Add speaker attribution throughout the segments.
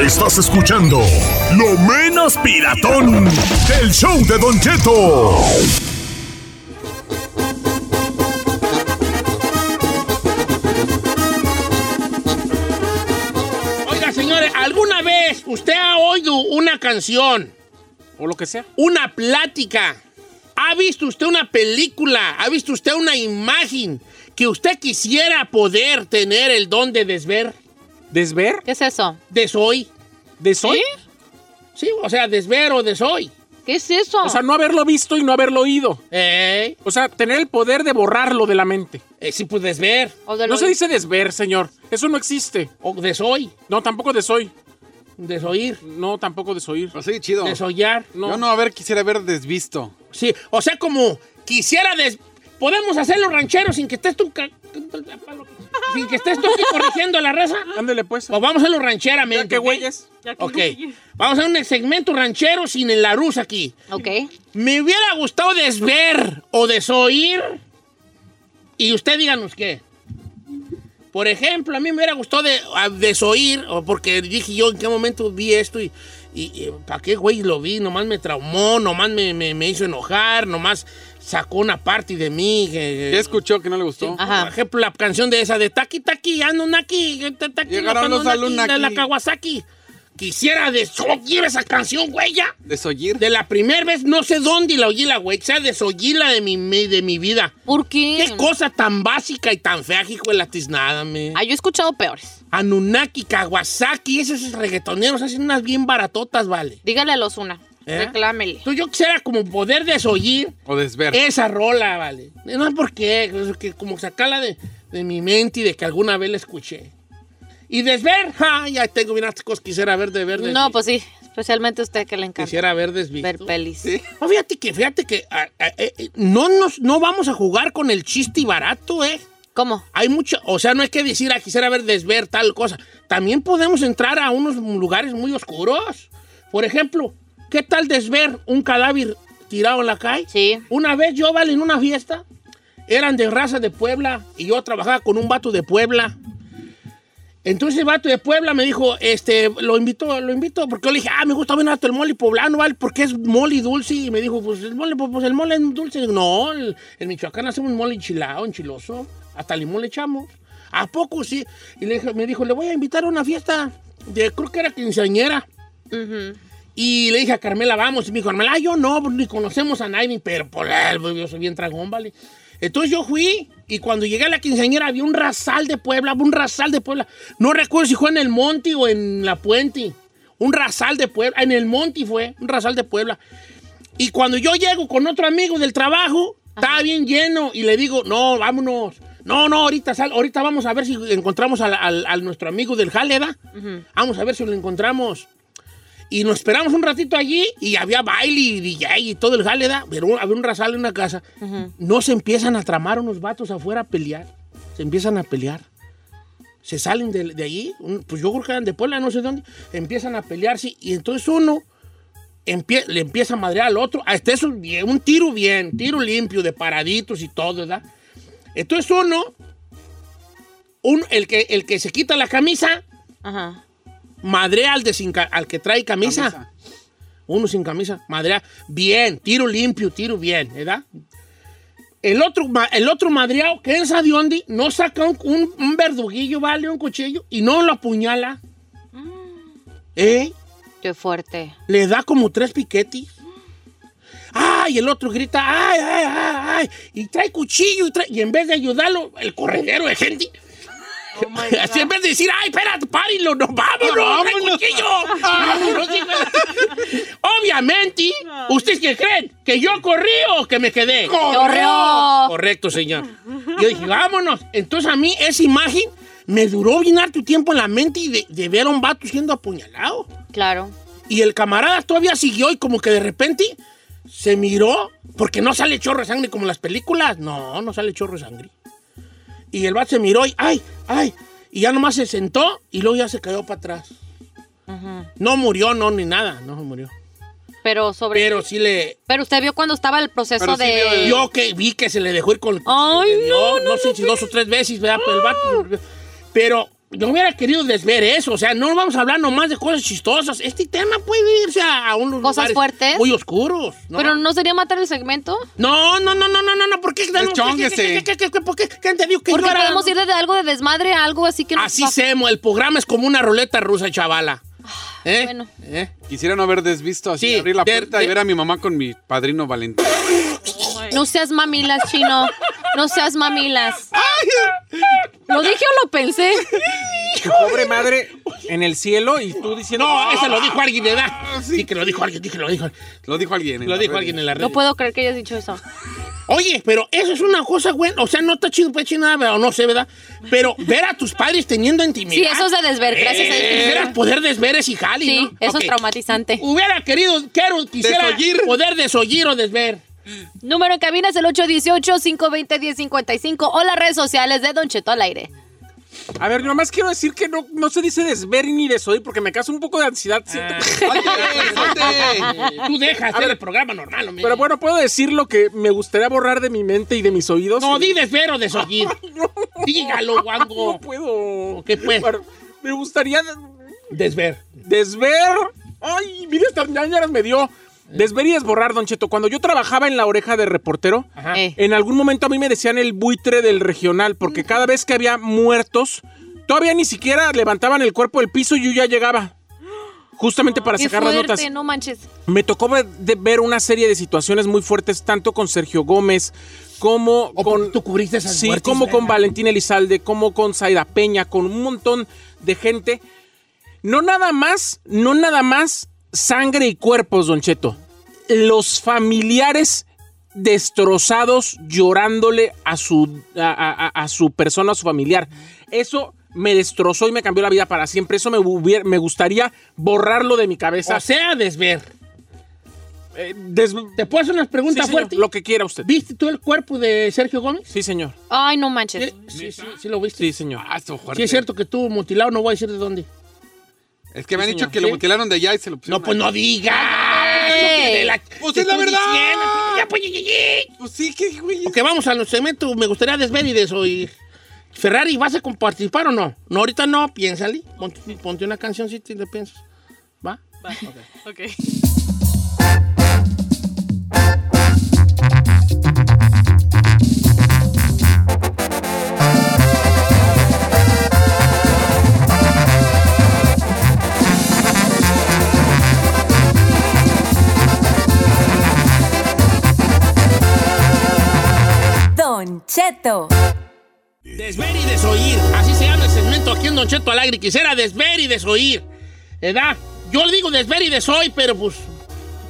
Speaker 1: Estás escuchando lo menos piratón del show de Don Cheto.
Speaker 2: Oiga, señores, ¿alguna vez usted ha oído una canción,
Speaker 3: O lo que sea.
Speaker 2: una plática? ¿Ha visto usted una película? ¿Ha visto usted una imagen que usted quisiera poder tener el don de desver?
Speaker 3: ¿Desver?
Speaker 4: ¿Qué es eso?
Speaker 2: ¿Desoy?
Speaker 3: ¿Desoy?
Speaker 2: Sí, o sea, desver o desoy.
Speaker 4: ¿Qué es eso?
Speaker 3: O sea, no haberlo visto y no haberlo oído.
Speaker 2: ¿Eh?
Speaker 3: O sea, tener el poder de borrarlo de la mente.
Speaker 2: eh, sí, pues desver
Speaker 4: O de
Speaker 3: No
Speaker 4: lo-
Speaker 3: se dice desver, señor. Eso no existe.
Speaker 2: o desoy,
Speaker 3: No, tampoco desoy.
Speaker 2: desoir,
Speaker 3: No, tampoco desoír.
Speaker 5: Sí, chido.
Speaker 2: desollar.
Speaker 3: No.
Speaker 5: Yo no, a ver, quisiera haber desvisto.
Speaker 2: Sí, o sea, como quisiera des... Podemos hacerlo ranchero sin que estés tú... ca- Sin que estés tú aquí corrigiendo a la raza.
Speaker 3: Ándele, pues.
Speaker 2: Pues vamos a hacerlo
Speaker 3: Ya
Speaker 2: rancheramente.
Speaker 3: que
Speaker 2: ¿ok?
Speaker 3: güeyes.
Speaker 2: Ok. Vamos a un segmento ranchero sin el Larus aquí.
Speaker 4: Ok.
Speaker 2: Me hubiera gustado desver o desoír. Y usted díganos qué. Por ejemplo, a mí me hubiera gustado de, a- desoír, o porque dije yo en qué momento vi esto y, para qué güey lo vi, nomás me traumó, nomás me, me- me hizo enojar, nomás sacó una parte de mí. que-
Speaker 5: ¿Qué escuchó que no le gustó?
Speaker 4: Ajá.
Speaker 2: Por ejemplo, la canción de esa de Taki Taki, Anunnaki, ta- Taki,
Speaker 5: Llegaron los
Speaker 2: Anunnaki,
Speaker 5: Anunnaki.
Speaker 2: de la Kawasaki. Quisiera desoír esa canción, güey, ya.
Speaker 5: Desollir.
Speaker 2: De la primera vez, no sé dónde la oí la güey. O sea, desoyí la de mi, mi- de mi vida.
Speaker 4: ¿Por qué?
Speaker 2: Qué cosa tan básica y tan fea, hijo de la tiznada, me.
Speaker 4: Ah, yo he escuchado peores.
Speaker 2: Anunnaki, Kawasaki, esos reggaetoneros hacen unas bien baratotas, vale.
Speaker 4: Dígale a los una.
Speaker 2: ¿Eh?
Speaker 4: Reclámele.
Speaker 2: Entonces yo quisiera como poder desoyir
Speaker 5: O desver.
Speaker 2: esa rola, vale. No sé por qué, es que como sacarla de, de mi mente y de que alguna vez la escuché. Y desver, ja, ya tengo bien hartas cosas que quisiera ver de ver.
Speaker 4: No, pues sí. Especialmente a usted que le encanta
Speaker 2: Quisiera ver desvisto.
Speaker 4: ver pelis.
Speaker 2: No, fíjate que, fíjate que a- a- eh, eh, no, nos, no vamos a jugar con el chiste y barato, ¿eh?
Speaker 4: ¿Cómo?
Speaker 2: Hay mucho, o sea, no hay que decir, ah, quisiera ver desver tal cosa. También podemos entrar a unos lugares muy oscuros. Por ejemplo, ¿qué tal desver un cadáver tirado en la calle?
Speaker 4: Sí.
Speaker 2: Una vez yo, vale, en una fiesta, eran de raza de Puebla y yo trabajaba con un vato de Puebla. Entonces el vato de Puebla me dijo, este, lo invitó, lo invitó, porque yo le dije, ah, me gusta bien harto el mole poblano, ¿vale? Porque es mole dulce. Y me dijo, pues el mole, pues, el mole es dulce. Digo, no, el, en Michoacán hacemos un mole enchilado, enchiloso. Hasta limón le echamos. ¿A poco sí? Y le dije- me dijo, le voy a invitar a una fiesta de, creo que era quinceañera.
Speaker 4: Ujú.
Speaker 2: Y le dije a Carmela, vamos. Y me dijo, Carmela, ah, yo no, pues, ni conocemos a nadie, pero por él, pues, yo soy bien tragón, ¿vale? Entonces yo fui y cuando llegué a la quinceañera había un rasal de Puebla, un rasal de Puebla. No recuerdo si fue en el Monte o en la Puente. Un rasal de Puebla, en el Monte fue, un rasal de Puebla. Y cuando yo llego con otro amigo del trabajo, estaba bien lleno y le digo, no, vámonos. No, no, ahorita sal, ahorita vamos a ver si encontramos al, al- al nuestro amigo del Jaleda. Vamos a ver si lo encontramos. Y nos esperamos un ratito allí y había baile y DJ y todo el jale, ¿da? Pero un- había un rasal en una casa. No se empiezan a tramar unos vatos afuera a pelear. Se empiezan a pelear. Se salen de, de allí. un- Pues yo creo que eran de Puebla, no sé dónde. Empiezan a pelearse y entonces uno empie- le empieza a madrear al otro. Hasta eso, bien, un tiro bien, tiro limpio, de paraditos y todo, ¿verdad? Entonces uno, un- el, que, el que se quita la camisa,
Speaker 4: Ajá.
Speaker 2: madrea al, de sin ca- al que trae camisa. Uno sin camisa, madrea. Bien, tiro limpio, tiro bien, ¿verdad? El otro, ma- el otro madreado, que es de dónde, no saca un, un- un verduguillo, vale, un cuchillo, y no lo apuñala. ¿Eh?
Speaker 4: Qué fuerte.
Speaker 2: Le da como tres piquetes. ¡Ay! El otro grita, ¡ay, ay, ay! ay! Y trae cuchillo, y, trae- y en vez de ayudarlo, el corredero de gente. Así en vez de decir, ¡ay, espérate, párilo! ¡Nos vámonos! ¡Trae cuchillo! Vámonos, hijo de- Obviamente, ¿ustedes qué creen? ¿Que yo corrí o que me quedé?
Speaker 4: ¡Correo!
Speaker 2: Correcto, señor. Yo dije, vámonos. Entonces a mí esa imagen me duró bien harto tiempo en la mente y de, de ver a un vato siendo apuñalado.
Speaker 4: Claro.
Speaker 2: Y el camarada todavía siguió y como que de repente se miró, porque no sale chorro de sangre como en las películas. No, no sale chorro de sangre. Y el vato se miró y, ay, ay, y ya nomás se sentó y luego ya se cayó para atrás. No murió, no, ni nada, no murió.
Speaker 4: Pero sobre. Pero,
Speaker 2: Pero sí le...
Speaker 4: usted vio cuando estaba el proceso
Speaker 5: Pero sí
Speaker 4: de.
Speaker 5: vio el-
Speaker 2: Yo que vi que se le dejó ir con el cuchillo.
Speaker 4: Ay,
Speaker 2: le dio, no, sé si dos o tres veces, ¿verdad? Pero el vato- Pero yo hubiera querido desver eso, o sea, no vamos a hablar nomás de cosas chistosas. Este tema puede irse a, a unos
Speaker 4: ¿Cosas
Speaker 2: lugares
Speaker 4: fuertes?
Speaker 2: muy oscuros. ¿no?
Speaker 4: Pero no sería matar el segmento.
Speaker 2: No, no, no, no, no, no, no, ¿por qué? No,
Speaker 5: Deschónguese.
Speaker 2: ¿qué- qué- qué- qué- qué- ¿Por qué? ¿Quién te dijo que
Speaker 4: Porque
Speaker 2: yo era-
Speaker 4: podemos ir de algo de desmadre a algo así que nos
Speaker 2: Así
Speaker 4: va-
Speaker 2: semo, el programa es como una ruleta rusa, chavala. ¿Eh?
Speaker 4: Ah, bueno.
Speaker 2: ¿Eh?
Speaker 5: Quisiera no haber desvisto así,
Speaker 2: Sí,
Speaker 5: abrir la
Speaker 2: de-
Speaker 5: puerta
Speaker 2: de-
Speaker 5: y ver a mi mamá con mi padrino Valentín.
Speaker 4: No seas mamilas, chino. No seas mamilas. ¿Lo dije o lo pensé?
Speaker 3: Tu pobre madre en el cielo y tú diciendo.
Speaker 2: No, ese lo dijo alguien, ¿verdad? Sí, que lo dijo alguien, dije, lo dijo,
Speaker 5: Ah, Lo dijo alguien. en
Speaker 2: lo
Speaker 5: la
Speaker 2: dijo
Speaker 5: red.
Speaker 2: alguien en la red.
Speaker 4: No puedo creer que hayas dicho eso.
Speaker 2: Oye, pero eso es una cosa, güey. O sea, no está chido, pues chido, nada, pero no sé, ¿verdad? Pero ver a tus padres teniendo intimidad.
Speaker 4: Sí, eso es de desver, gracias a Dios.
Speaker 2: Quisieras poder desver ese jali,
Speaker 4: Sí,
Speaker 2: ¿no?
Speaker 4: eso
Speaker 2: Ok.
Speaker 4: es traumatizante.
Speaker 2: Hubiera querido, quiero, quisiera
Speaker 5: Desollir.
Speaker 2: poder desollir o desver.
Speaker 4: Número en cabina es el 818-520-1055 o las redes sociales de Don Cheto al aire.
Speaker 3: A ver, nomás quiero decir que no, no se dice desver ni desoír porque me causa un poco de ansiedad.
Speaker 4: Ah.
Speaker 3: siento.
Speaker 2: Eh, Tú dejas hacer el programa normal, hombre.
Speaker 3: Pero bueno, puedo decir lo que me gustaría borrar de mi mente y de mis oídos.
Speaker 2: No, di desver o desollir. Dígalo,
Speaker 3: No
Speaker 2: guango.
Speaker 3: puedo.
Speaker 2: ¿Qué pues?
Speaker 3: Bueno, Me gustaría
Speaker 2: Desver.
Speaker 3: desver. Ay, mira, estas ñañaras me dio. Desver y desborrar, Don Cheto. Cuando yo trabajaba en la oreja de reportero,
Speaker 2: Ajá.
Speaker 4: Eh.
Speaker 3: en algún momento a mí me decían el buitre del regional, porque cada vez que había muertos, todavía ni siquiera levantaban el cuerpo del piso y yo ya llegaba. Justamente para
Speaker 4: Qué
Speaker 3: sacar las notas.
Speaker 4: fuerte, no manches.
Speaker 3: Me tocó ver, de- ver una serie de situaciones muy fuertes, tanto con Sergio Gómez, como
Speaker 2: O
Speaker 3: con.
Speaker 2: tú cubriste esas
Speaker 3: Sí,
Speaker 2: muertes,
Speaker 3: como con
Speaker 2: ¿verdad?
Speaker 3: Valentín Elizalde, como con Zaida Peña, con un montón de gente. No nada más, no nada más sangre y cuerpos, Don Cheto. Los familiares destrozados llorándole a su, a, a- a- a su persona, a su familiar. Eso me destrozó y me cambió la vida para siempre. Eso me, hubiera- me gustaría borrarlo de mi cabeza.
Speaker 2: O sea, desver.
Speaker 3: Eh, des-
Speaker 2: ¿Te puedo hacer unas
Speaker 3: Sí,
Speaker 2: preguntas
Speaker 3: señor,
Speaker 2: fuertes?
Speaker 3: Lo que quiera usted.
Speaker 2: ¿Viste tú el cuerpo de Sergio Gómez?
Speaker 3: Sí, señor.
Speaker 4: Ay, no
Speaker 2: Sí,
Speaker 4: manches.
Speaker 2: ¿Eh? sí, sí, sí lo viste.
Speaker 3: Sí, señor.
Speaker 5: Ah, esto fuerte.
Speaker 2: Sí, es cierto que estuvo mutilado, no voy a decir de dónde.
Speaker 5: Es que me han
Speaker 3: Sí,
Speaker 5: dicho
Speaker 3: señor.
Speaker 5: que lo
Speaker 2: ¿Sí?
Speaker 5: mutilaron de allá y se lo
Speaker 2: No,
Speaker 5: pusieron.
Speaker 2: pues
Speaker 5: ahí.
Speaker 2: no digas.
Speaker 4: ¡Ey!
Speaker 2: De la-
Speaker 5: Pues
Speaker 2: te
Speaker 5: es la
Speaker 2: estoy
Speaker 5: verdad.
Speaker 2: diciendo, ya, pues, ye, ye, ye.
Speaker 5: Pues sí, qué güey.
Speaker 2: Ok, vamos al segmento. Me gustaría desver y de eso. y- Ferrari, ¿vas a participar o no? No, ahorita no, piénsale. Ponte, ponte una cancioncita y le piensas. ¿Va?
Speaker 6: Don Cheto.
Speaker 2: Desver y desoír. Así se llama el segmento aquí en Don Cheto al aire. Quisiera desver y desoír. ¿Edad? Yo digo desver y desoy, pero pues.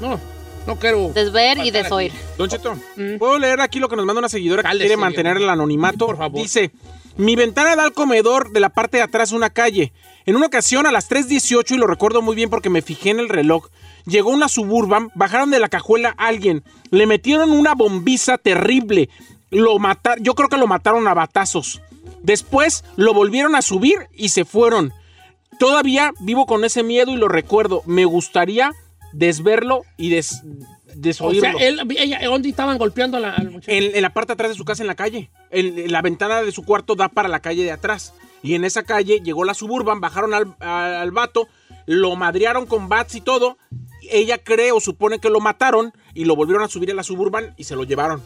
Speaker 2: No, no quiero.
Speaker 4: Desver y
Speaker 2: faltar
Speaker 4: desoír.
Speaker 2: aquí.
Speaker 3: Don Cheto, ¿puedo leer aquí lo que nos manda una seguidora
Speaker 2: Mm. Dale,
Speaker 3: que quiere
Speaker 2: señor.
Speaker 3: mantener el anonimato?
Speaker 2: Por favor.
Speaker 3: Dice, mi ventana da al comedor de la parte de atrás de una calle. En una ocasión a las 3.18, y lo recuerdo muy bien porque me fijé en el reloj, llegó una suburban, bajaron de la cajuela a alguien, le metieron una bombiza terrible, lo mataron, yo creo que lo mataron a batazos. Después lo volvieron a subir y se fueron. Todavía vivo con ese miedo y lo recuerdo. Me gustaría desverlo y des-
Speaker 2: O
Speaker 3: desoírlo.
Speaker 2: sea, él, ella, ¿dónde estaban golpeando a la, al muchacho?
Speaker 3: En, en la parte de atrás de su casa, en la calle. En, en la ventana de su cuarto da para la calle de atrás. Y en esa calle llegó la suburban, bajaron al, a- al vato, lo madrearon con bats y todo. Ella cree o supone que lo mataron y lo volvieron a subir a la suburban y se lo llevaron.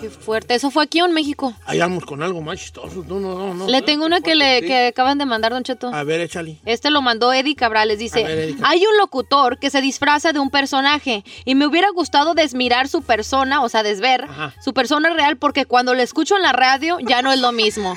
Speaker 4: Qué fuerte. Eso fue aquí en México.
Speaker 2: Ahí vamos con algo más chistoso. No, no, no. no.
Speaker 4: Le tengo una que le que acaban de mandar, Don Cheto.
Speaker 2: A ver, échale.
Speaker 4: Este lo mandó Eddie Cabrales. Dice:
Speaker 2: Ah. A ver, Eddie Cabrales.
Speaker 4: Hay un locutor que se disfraza de un personaje y me hubiera gustado desmirar su persona, o sea, desver
Speaker 2: Ajá.
Speaker 4: su persona real, porque cuando lo escucho en la radio ya no es lo mismo.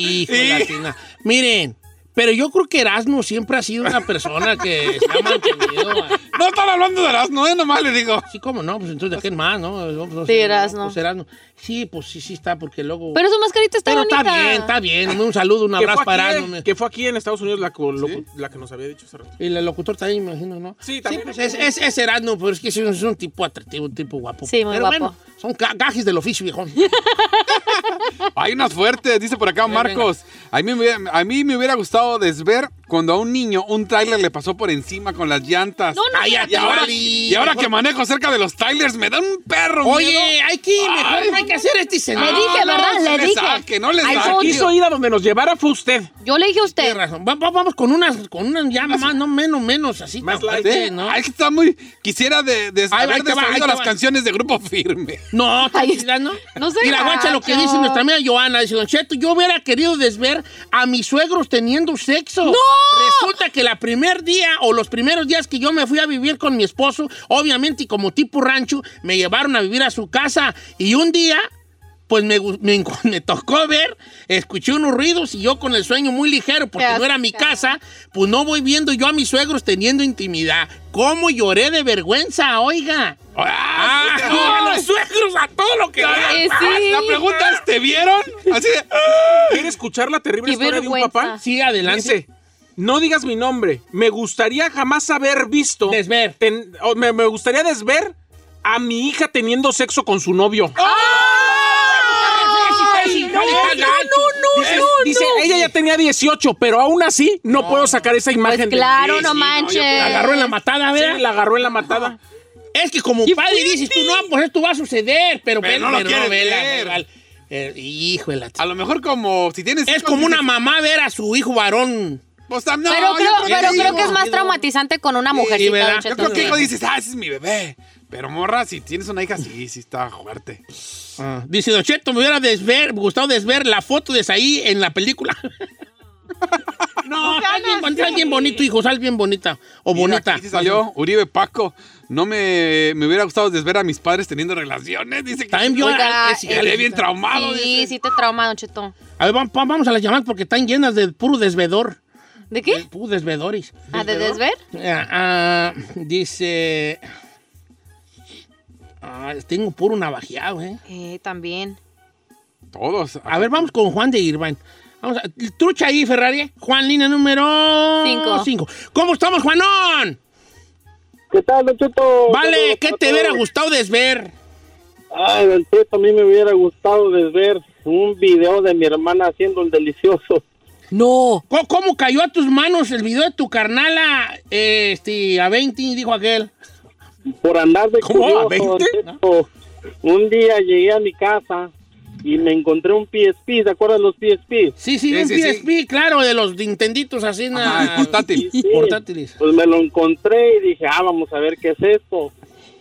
Speaker 2: Hijo de la tina. Miren, pero yo creo que Erasmo siempre ha sido una persona que se ha mantenido. a-
Speaker 5: No están hablando de las no, eh, nomás le digo.
Speaker 2: Sí, ¿cómo no? Pues entonces, ¿de quién más, no? No, pues, no
Speaker 4: Sí,
Speaker 2: sé,
Speaker 4: Erasmo.
Speaker 2: pues, Erasmo. Sí, pues sí, sí está, porque luego...
Speaker 4: Pero su mascarita está
Speaker 2: Pero
Speaker 4: bonita.
Speaker 2: bien, está bien. Un saludo, un
Speaker 3: Que fue,
Speaker 2: abrazo para
Speaker 3: aquí, eh,
Speaker 2: Erasmo.
Speaker 3: que fue aquí en Estados Unidos la, co- lo- la que nos había dicho hace rato.
Speaker 2: Y el locutor también, me imagino, ¿no?
Speaker 3: Sí, también.
Speaker 2: pues, es, es, es Erasmo, pero es que es un, es un tipo atractivo, un tipo guapo.
Speaker 4: Sí, muy
Speaker 2: Pero
Speaker 4: guapo.
Speaker 2: bueno, son ca- gajes del oficio, viejón.
Speaker 5: Hay unas fuertes, dice por acá Marcos. A mí, me hubiera- a mí me hubiera gustado desver cuando a un niño un tráiler le pasó por encima con las llantas.
Speaker 4: No, no,
Speaker 2: Cállate,
Speaker 5: Y ahora,
Speaker 2: Oli.
Speaker 5: y ahora que manejo cerca de los trailers, me da un perro. miedo. Ah.
Speaker 2: Oye, hay que, mejor no hay que hacer este
Speaker 4: Le
Speaker 2: escenario.
Speaker 4: dije, ¿verdad?
Speaker 5: no
Speaker 4: le
Speaker 5: le
Speaker 4: dije.
Speaker 5: saque, no le
Speaker 4: I
Speaker 5: saque.
Speaker 4: told you.
Speaker 3: Quiso ir a donde nos llevara fue usted.
Speaker 4: Yo le dije a usted.
Speaker 2: Tienes razón. Va- va- vamos con unas, con unas ya más, no menos, menos, así.
Speaker 3: Más
Speaker 2: tan
Speaker 3: light.
Speaker 2: fuerte,
Speaker 5: Sí,
Speaker 2: ¿no?
Speaker 5: ay, que está muy. Quisiera de, de
Speaker 2: va, ahí
Speaker 5: haber
Speaker 2: te va, ahí
Speaker 5: deshabido
Speaker 2: te
Speaker 5: las
Speaker 2: va.
Speaker 5: canciones de grupo firme.
Speaker 2: No,
Speaker 4: Ay,
Speaker 2: tranquila, ¿no?
Speaker 4: no sé,
Speaker 2: Y la guacha lo que
Speaker 4: gacho.
Speaker 2: dice nuestra amiga Joana, dice, Don Cheto, yo hubiera querido desver a mis suegros teniendo sexo.
Speaker 4: ¡No!
Speaker 2: Resulta que la primer día o los primeros días que yo me fui a vivir con mi esposo, obviamente y como tipo rancho, me llevaron a vivir a su casa y un día... Pues me, gu- me enco- me tocó ver, escuché unos ruidos y yo con el sueño muy ligero, porque
Speaker 4: Qué
Speaker 2: no era mi
Speaker 4: asco.
Speaker 2: casa, pues no voy viendo yo a mis suegros teniendo intimidad. ¿Cómo lloré de vergüenza, oiga?
Speaker 5: Ah,
Speaker 2: ¡Ah, no, a los suegros a todo lo que da!
Speaker 4: Eh, sí.
Speaker 5: La pregunta es: ¿te vieron? Así de.
Speaker 3: ¿Quiere escuchar la terrible
Speaker 4: Qué
Speaker 3: historia de un
Speaker 4: vergüenza.
Speaker 3: papá?
Speaker 2: Sí, adelante.
Speaker 3: Dice, no digas mi nombre. Me gustaría jamás haber visto.
Speaker 2: Desver.
Speaker 3: ten- o me, me gustaría desver a mi hija teniendo sexo con su novio.
Speaker 2: Ay, no, no, no,
Speaker 3: dice, dice, ella ya tenía 18, pero aún así no, puedo sacar esa
Speaker 4: Pues
Speaker 3: imagen. de-
Speaker 4: claro,
Speaker 5: sí,
Speaker 4: no
Speaker 5: sí, no, yo-
Speaker 4: manches.
Speaker 2: La agarró en la matada,
Speaker 3: Sí,
Speaker 2: ¿verdad?
Speaker 3: la agarró en la matada.
Speaker 2: Es que como
Speaker 3: ¡Qué
Speaker 2: padre
Speaker 3: fuerte!
Speaker 2: dices tú, no, pues esto va a suceder, pero,
Speaker 5: Pero no lo quieres
Speaker 2: vela,
Speaker 5: ver.
Speaker 2: vale. Eh, hijo de la ch-
Speaker 5: A lo mejor como si tienes.
Speaker 2: Es
Speaker 5: hijos,
Speaker 2: como una
Speaker 5: dices,
Speaker 2: mamá ver a su hijo varón.
Speaker 5: pues, tam- no,
Speaker 4: pero
Speaker 5: yo
Speaker 4: creo,
Speaker 5: que
Speaker 4: pero
Speaker 5: sí,
Speaker 4: creo
Speaker 5: hijo.
Speaker 4: que es más traumatizante con una mujercita.
Speaker 2: ¿verdad?
Speaker 4: don Cheto.
Speaker 5: Yo creo que
Speaker 4: Sí.
Speaker 5: hijo dices, ah, ese es mi bebé. Pero morra, si tienes una hija, sí, sí está fuerte.
Speaker 2: Dice, Don Cheto, me hubiera desver, gustado desver la foto de Saí en la película. no, estás bien, bon- estás bien bonito, hijo, estás bien bonita. O
Speaker 5: Mira,
Speaker 2: bonita.
Speaker 5: Aquí sí salió Uribe Paco. No me, me hubiera gustado desver a mis padres teniendo relaciones. Dice que.
Speaker 2: También vio
Speaker 4: Oiga,
Speaker 2: a-
Speaker 4: eh,
Speaker 2: sí,
Speaker 5: Quedé bien traumado.
Speaker 4: Sí,
Speaker 5: dice.
Speaker 4: sí te trauma, Don Cheto.
Speaker 2: A ver, vam- vam- vamos a las llamadas porque están llenas de puro desvedor.
Speaker 4: ¿De qué?
Speaker 2: Puro desvedores.
Speaker 4: ¿A de desver?
Speaker 2: Ah, ah, dice. Ah, tengo puro navajeado, ¿eh?
Speaker 4: Eh, también.
Speaker 5: Todos.
Speaker 2: A ver, vamos con Juan de Irvine. Vamos a- trucha ahí, Ferrari. Juan, línea número.
Speaker 4: Cinco.
Speaker 2: cinco. ¿Cómo estamos, Juanón?
Speaker 6: ¿Qué tal, Don Cheto?
Speaker 2: Vale,
Speaker 6: Saludos
Speaker 2: ¿qué
Speaker 6: para
Speaker 2: te hubiera
Speaker 6: todos.
Speaker 2: gustado desver?
Speaker 6: Ay, Don Cheto, a mí me hubiera gustado de ver un video de mi hermana haciendo el delicioso.
Speaker 4: No.
Speaker 2: ¿Cómo, cómo cayó a tus manos el video de tu carnala eh, este, a 20? Dijo aquel.
Speaker 6: Por andar de
Speaker 3: ¿Cómo? ¿A
Speaker 6: curioso, Don
Speaker 3: 20?
Speaker 6: Cheto. Un día llegué a mi casa y me encontré un PSP, ¿se acuerdan los PSP?
Speaker 2: Sí, sí,
Speaker 5: Sí,
Speaker 2: un
Speaker 5: sí, sí.
Speaker 2: PSP, claro, de los Nintenditos así.
Speaker 5: Ajá,
Speaker 2: na-
Speaker 5: el portátil.
Speaker 6: Sí.
Speaker 2: Portátiles.
Speaker 6: Pues me lo encontré y dije, ah, vamos a ver qué es esto.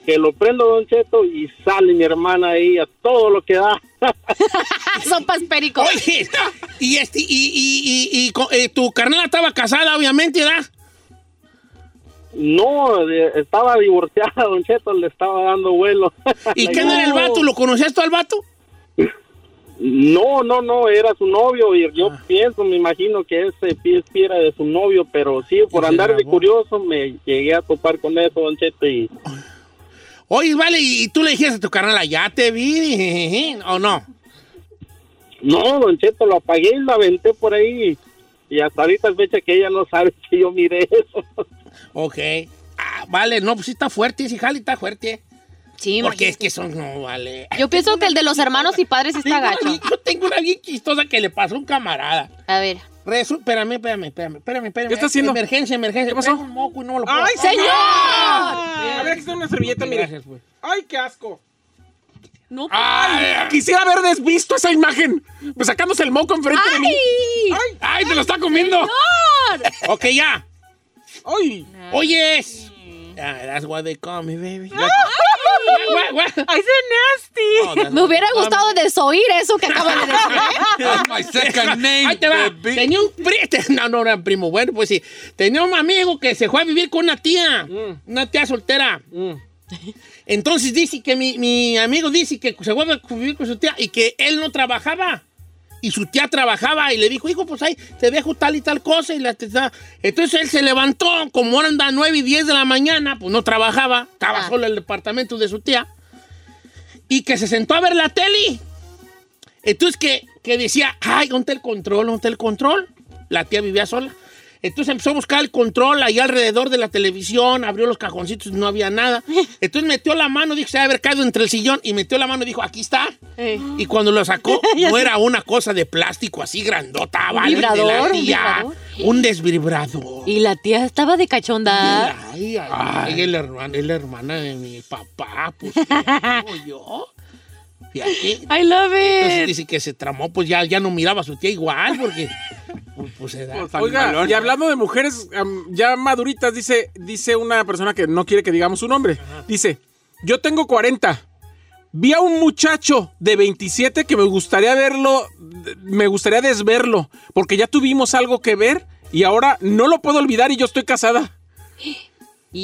Speaker 6: Que lo prendo, Don Cheto, y sale mi hermana ahí a todo lo que da.
Speaker 4: Ah, Sopas perico.
Speaker 2: Oye, y, este, y, y, y, y co- eh, tu carnala estaba casada, obviamente, ¿verdad?
Speaker 6: No, de- estaba divorciada, Don Cheto, le estaba dando vuelo.
Speaker 2: ¿Y
Speaker 6: La
Speaker 2: qué no era el vato? ¿Lo conocías tú al vato?
Speaker 6: No, no, no, era su novio y yo pienso, me imagino que ese PSP era de su novio, pero sí, por
Speaker 2: se
Speaker 6: andar de
Speaker 2: grabó.
Speaker 6: curioso me llegué a topar con eso, Don Cheto, y
Speaker 2: Oye, vale, y, y tú le dijiste a tu carnala, ya te vi, jejeje, ¿o no?
Speaker 6: no, Don Cheto, lo apagué y lo aventé por ahí y hasta ahorita es fecha que ella no sabe que yo miré eso.
Speaker 2: Ok. Ah, vale, no, pues sí está fuerte, sí, jale, está fuerte.
Speaker 4: Sí,
Speaker 2: Porque
Speaker 4: imagínate.
Speaker 2: es que son, no, vale.
Speaker 4: Yo pienso que el de los hermanos y padres sí está
Speaker 2: Tengo una
Speaker 4: gacho.
Speaker 2: bien- Yo tengo una bien chistosa que le pasó a un camarada.
Speaker 4: A ver.
Speaker 2: Resu espérame, espérame, espérame, espérame, espérame.
Speaker 3: ¿Qué está haciendo?
Speaker 2: Emergencia, emergencia.
Speaker 3: ¿Qué pasó?
Speaker 2: Traigo un moco y no me lo puedo-
Speaker 3: ¡Ay,
Speaker 4: ¡Señor!
Speaker 3: Ah, A ver, aquí está una servilleta, mire.
Speaker 2: Gracias, pues.
Speaker 3: ¡Ay, qué asco!
Speaker 4: No.
Speaker 5: ¡Ay!
Speaker 3: Quisiera haber desvisto esa imagen. Pues sacándose el moco enfrente de mí.
Speaker 4: ¡Ay!
Speaker 3: ¡Ay!
Speaker 5: ¡Ay, te lo está comiendo!
Speaker 2: Ok, ya.
Speaker 3: ¡Ay! Ah.
Speaker 2: Oyes. Ah, that's why they call me, baby. What, what, what?
Speaker 4: ¡Ay, se
Speaker 2: No, that's
Speaker 4: Me
Speaker 2: what
Speaker 4: hubiera
Speaker 2: they call me.
Speaker 4: gustado desoír eso que acaba de decir. ¿eh?
Speaker 5: That's my second name,
Speaker 2: Ahí te va.
Speaker 5: baby.
Speaker 2: Tenía un primo. No, no era primo. Bueno, pues sí. Tenía un amigo que se fue a vivir con una tía. Una tía soltera. Entonces dice que mi, mi amigo dice que se fue a vivir con su tía y que él no trabajaba. Y su tía trabajaba y le dijo, hijo, pues ahí te dejo tal y tal cosa. Y la tía- Entonces él se levantó, como eran las 9 y 10 de la mañana, pues no trabajaba, estaba
Speaker 4: Ah.
Speaker 2: solo en el departamento de su tía. Y que se sentó a ver la tele. Entonces que, que decía, ay, ¿dónde está el control? ¿Dónde está el control? La tía vivía sola. Entonces empezó a buscar el control ahí alrededor de la televisión, abrió los cajoncitos, no había nada. Entonces metió la mano, dijo, se había caído entre el sillón y metió la mano y dijo, aquí está.
Speaker 4: Eh.
Speaker 2: Y cuando lo sacó, no era una cosa de plástico así grandota, ¿vale? De la
Speaker 4: vibrador, un
Speaker 2: tía.
Speaker 4: vibrador.
Speaker 2: Un desvibrador.
Speaker 4: Y la tía estaba de cachonda.
Speaker 2: Ay, ay, ay, es la hermana, es la hermana de mi papá, pues, ¿qué hago yo? Fíjate.
Speaker 4: I love
Speaker 2: Entonces
Speaker 4: it.
Speaker 2: dice que se tramó, pues ya, ya no miraba a su tía igual, porque pues, pues, se da.
Speaker 3: Oiga, y hablando de mujeres am, ya maduritas, dice, dice una persona que no quiere que digamos su nombre. Dice, yo tengo 40. Vi a un muchacho de 27 que me gustaría verlo, de- me gustaría desverlo, porque ya tuvimos algo que ver y ahora no lo puedo olvidar y yo estoy casada.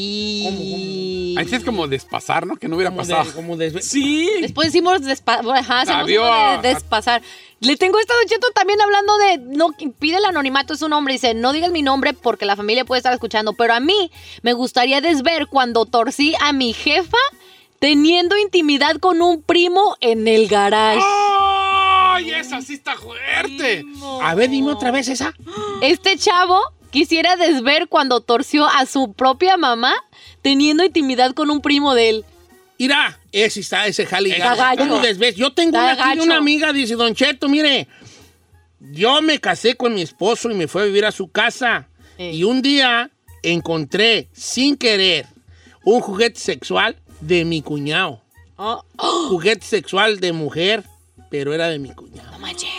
Speaker 4: Y...
Speaker 5: Ahí sí es como despasar, ¿no? Que no hubiera
Speaker 2: Como
Speaker 4: pues,
Speaker 2: de-
Speaker 4: ah.
Speaker 5: pasado.
Speaker 2: como de-
Speaker 3: Sí.
Speaker 4: Después hicimos despa- ajá, hacemos
Speaker 5: Adiós.
Speaker 4: uno de despasar. Le tengo este Don Cheto, también hablando de no pide el anonimato es un hombre dice, "No digas mi nombre porque la familia puede estar escuchando, pero a mí me gustaría desver cuando torcí a mi jefa teniendo intimidad con un primo en el garage."
Speaker 5: ¡Ay, esa sí está fuerte!
Speaker 2: A ver, dime otra vez esa.
Speaker 4: Este chavo quisiera desver cuando torció a su propia mamá teniendo intimidad con un primo de él.
Speaker 2: Mira, ese está, ese jale. ya.
Speaker 4: Está gacho.
Speaker 2: ¿Cómo desves? Yo tengo
Speaker 4: Está
Speaker 2: una, aquí de
Speaker 4: gacho.
Speaker 2: una amiga, dice, Don Cheto, mire, yo me casé con mi esposo y me fui a vivir a su casa.
Speaker 4: Ey.
Speaker 2: Y un día encontré, sin querer, un juguete sexual de mi cuñado.
Speaker 4: Oh,
Speaker 2: Juguete sexual de mujer, pero era de mi cuñado.
Speaker 4: no manches.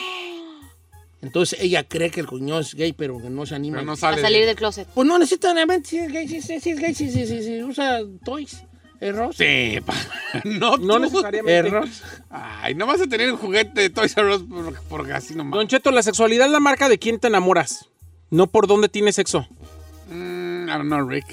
Speaker 2: Entonces ella cree que el cuñado es gay, pero que no se anima.
Speaker 5: Pero no
Speaker 4: Va a
Speaker 5: sale.
Speaker 4: salir
Speaker 5: de-
Speaker 4: del closet.
Speaker 2: Pues no necesariamente si es gay, si es, si es gay, si, si- si- si usa toys. Error.
Speaker 5: Sí, pa- no,
Speaker 3: No
Speaker 5: tú.
Speaker 3: necesariamente.
Speaker 2: Error.
Speaker 5: Ay, no vas a tener un juguete de Toys R Us por- porque así nomás.
Speaker 3: Don Cheto, la sexualidad es la marca de quién te enamoras, no por dónde tienes sexo.
Speaker 5: Mm, I don't know, Rick.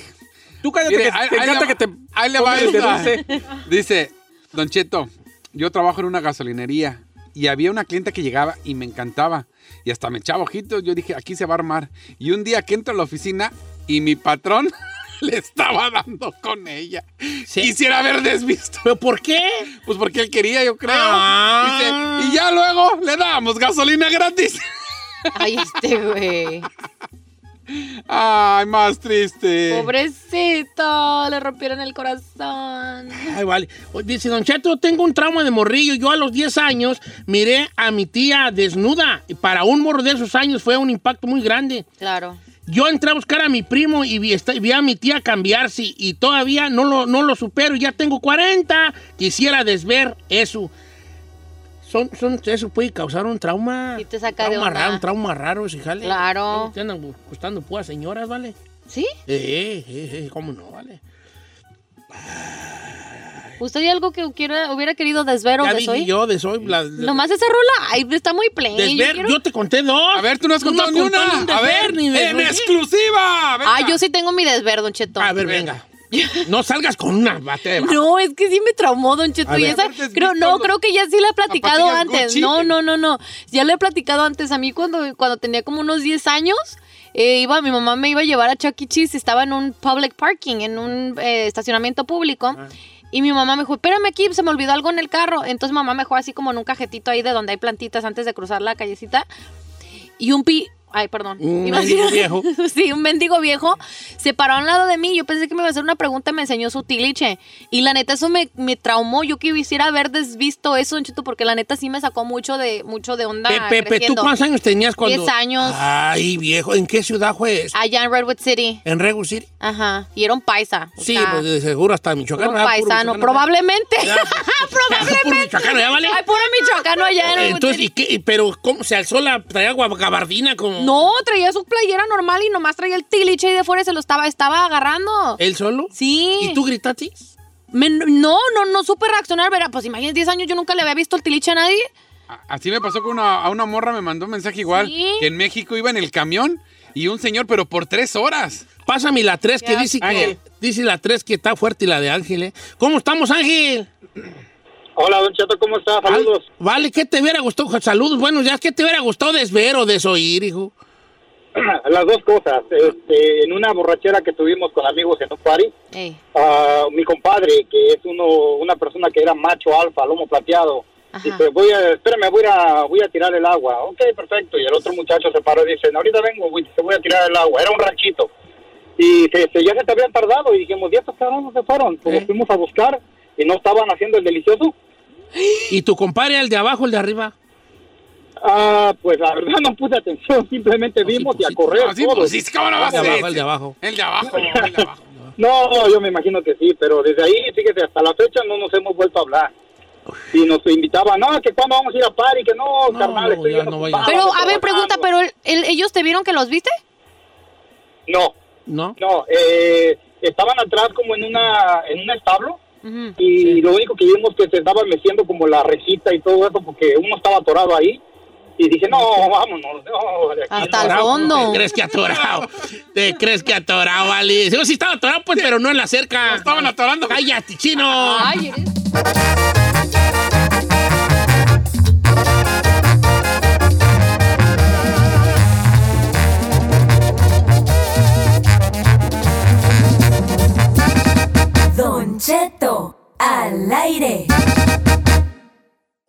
Speaker 3: Tú cállate,
Speaker 5: Mire,
Speaker 3: que te encanta
Speaker 5: le,
Speaker 3: que te...
Speaker 5: ahí le va
Speaker 3: pongas de
Speaker 5: esta.
Speaker 3: dulce.
Speaker 5: Dice, Don Cheto, yo trabajo en una gasolinería y había una clienta que llegaba y me encantaba. Y hasta me echaba ojitos. Yo dije, aquí se va a armar. Y un día que entro a la oficina y mi patrón le estaba dando con ella.
Speaker 2: Sí.
Speaker 5: Quisiera haber desvisto.
Speaker 2: ¿Pero por qué?
Speaker 5: Pues porque él quería, yo creo.
Speaker 2: Ah.
Speaker 5: Dice, y ya luego le damos gasolina gratis.
Speaker 4: Ay, este güey.
Speaker 5: Ay, más triste.
Speaker 4: Pobrecito, le rompieron el corazón.
Speaker 2: Ay, vale. O- Dice, Don Cheto, tengo un trauma de morrillo. Yo a los 10 años miré a mi tía desnuda. Y para un morro de esos años fue un impacto muy grande.
Speaker 4: Claro.
Speaker 2: Yo entré a buscar a mi primo y vi, esta- vi a mi tía cambiarse y todavía no lo, no lo supero. Ya tengo 40. Quisiera desver eso. Son, son, eso puede causar un trauma.
Speaker 4: Sí te saca de
Speaker 2: trauma
Speaker 4: onda.
Speaker 2: raro, un trauma raro, si jale.
Speaker 4: Claro.
Speaker 2: Te andan gustando puras señoras, ¿vale?
Speaker 4: ¿Sí?
Speaker 2: Eh, eh, eh, ¿cómo no, vale?
Speaker 4: ¿Usted hay algo que hubiera, hubiera querido desver o
Speaker 2: ya dije
Speaker 4: desoy?
Speaker 2: yo de soy. la-
Speaker 4: Nomás esa rola, ay, está muy plain. yo
Speaker 2: Desver,
Speaker 4: quiero-
Speaker 2: yo te conté dos.
Speaker 5: A ver, tú no has contado ni
Speaker 2: contado
Speaker 5: una.
Speaker 2: un
Speaker 5: a
Speaker 2: desver
Speaker 5: ver, Eh,
Speaker 2: ni de-
Speaker 5: en exclusiva. Venga.
Speaker 4: Ah, yo sí tengo mi desver, Don Cheto.
Speaker 2: A ver, venga. No salgas con una batera.
Speaker 4: No, es que sí me traumó, Don Cheto.
Speaker 2: A
Speaker 4: y
Speaker 2: ver.
Speaker 4: esa,
Speaker 5: Aparte es
Speaker 4: creo,
Speaker 5: Víctor,
Speaker 4: no,
Speaker 5: lo-
Speaker 4: creo que ya sí la he platicado
Speaker 5: zapatillas
Speaker 4: antes.
Speaker 5: Gucci.
Speaker 4: No, no, no, no. Ya la he platicado antes. A mí cuando, cuando tenía como unos 10 años, eh, iba, mi mamá me iba a llevar a Chuck E. Cheese. Estaba en un public parking, en un eh, estacionamiento público.
Speaker 2: Ah.
Speaker 4: Y mi mamá me dijo, espérame aquí, se me olvidó algo en el carro. Entonces mamá me dejó así como en un cajetito ahí de donde hay plantitas antes de cruzar la callecita. Y un pi... Ay, perdón.
Speaker 2: Un
Speaker 4: Iba a
Speaker 2: mendigo
Speaker 4: decir-
Speaker 2: viejo.
Speaker 4: sí, un mendigo viejo se paró a un lado de mí. Yo pensé que me iba a hacer una pregunta, me enseñó su tiliche. Y la neta, eso me, me traumó. Yo quisiera haber desvisto eso, Don Cheto, porque la neta sí me sacó mucho de, mucho de onda.
Speaker 2: Pe- Pepe, ¿tú
Speaker 4: creciendo.
Speaker 2: cuántos años tenías cuando?
Speaker 4: 10 años. Ah.
Speaker 2: Ay, viejo, ¿en qué ciudad fue eso?
Speaker 4: Allá en Redwood City.
Speaker 2: ¿En Regu City?
Speaker 4: Ajá. Y era un paisa. o
Speaker 2: Sí,
Speaker 4: sea,
Speaker 2: pues de seguro hasta
Speaker 4: era
Speaker 2: Michoacán.
Speaker 4: un
Speaker 2: ¿verdad? Puro
Speaker 4: paisano.
Speaker 2: michoacano,
Speaker 4: Probablemente.
Speaker 2: ¿verdad? Ya, puro
Speaker 4: Probablemente.
Speaker 2: michoacano, ¿ya vale?
Speaker 4: Ay, puro michoacano allá en Redwood
Speaker 2: Entonces,
Speaker 4: City.
Speaker 2: ¿y qué? ¿Y ¿Pero cómo se alzó la traía gua- gabardina como
Speaker 4: No, traía su playera normal y nomás traía el tiliche ahí de fuera y se lo estaba, estaba agarrando.
Speaker 2: él solo?
Speaker 4: Sí.
Speaker 2: ¿Y tú gritaste?
Speaker 4: Me- no, no, no supe reaccionar, verá, pues imagínate, 10 años yo nunca le había visto el tiliche a nadie.
Speaker 5: A- Así me pasó con una, a una morra, me mandó un mensaje igual.
Speaker 4: ¿Sí?
Speaker 5: Que en México iba en el camión y un señor, pero por tres horas.
Speaker 2: Pásame la 3 que
Speaker 4: Ya,
Speaker 2: dice que
Speaker 5: Ángel.
Speaker 2: dice la 3 que está fuerte y la de Ángel, ¿eh? ¿Cómo estamos, Ángel?
Speaker 6: Hola, Don Cheto, ¿cómo está? Saludos.
Speaker 2: Al- Vale, ¿qué te hubiera gustado? Saludos, buenos días. ¿Qué te hubiera gustado desver o desoír, hijo?
Speaker 6: Las dos cosas. Este, en una borrachera que tuvimos con amigos en un party,
Speaker 4: Ey.
Speaker 6: ah, mi compadre, que es uno, una persona que era macho alfa, lomo plateado,
Speaker 4: Ajá.
Speaker 6: Dice, voy a, espérame, voy a, voy a tirar el agua. Ok, perfecto. Y el otro muchacho se paró y dice, ahorita vengo, güey, te voy a tirar el agua. Era un ranchito. Y se- se- ya se te habían tardado y dijimos, ¿y estos cabrones se fueron?
Speaker 5: Eh.
Speaker 6: Pues los fuimos a buscar y no estaban haciendo el delicioso.
Speaker 2: ¿Y tu compadre, el de abajo, el de arriba?
Speaker 6: Ah, pues la verdad no puse atención, simplemente vimos
Speaker 2: pues
Speaker 6: y
Speaker 2: sí,
Speaker 6: a correr.
Speaker 5: No, sí,
Speaker 6: todos.
Speaker 5: pues sí, ¿cómo no va a
Speaker 2: El de
Speaker 5: ser?
Speaker 2: abajo, el de abajo.
Speaker 5: El de abajo, el de abajo.
Speaker 6: No, no, yo me imagino que sí, pero desde ahí, fíjese, hasta la fecha no nos hemos vuelto a hablar. Y nos invitaban, no, que cuando vamos a ir a París, que no,
Speaker 2: No,
Speaker 6: carnal,
Speaker 2: no,
Speaker 6: estoy
Speaker 2: ya
Speaker 6: bien
Speaker 2: no
Speaker 6: ocupado,
Speaker 2: vayas.
Speaker 4: Pero, a ver,
Speaker 6: trabajando".
Speaker 4: pregunta, ¿pero el- el- ellos te vieron que los viste?
Speaker 6: No,
Speaker 2: ¿No?
Speaker 6: no, eh, estaban atrás como en una en un establo
Speaker 4: Ujú.
Speaker 6: y lo único que vimos que se estaba meciendo como la rejita y todo eso porque uno estaba atorado ahí. Y dije, no, vámonos, no. de aquí
Speaker 4: Hasta
Speaker 6: no".
Speaker 4: el fondo.
Speaker 2: ¿Te crees que atorado? ¿Te crees que atorado, Alice? Yo sí estaba atorado, pues, pero no en la cerca.
Speaker 5: Estaban atorando.
Speaker 2: ¡Cállate, chino!
Speaker 4: Ay, eres...
Speaker 7: Don Cheto, al aire.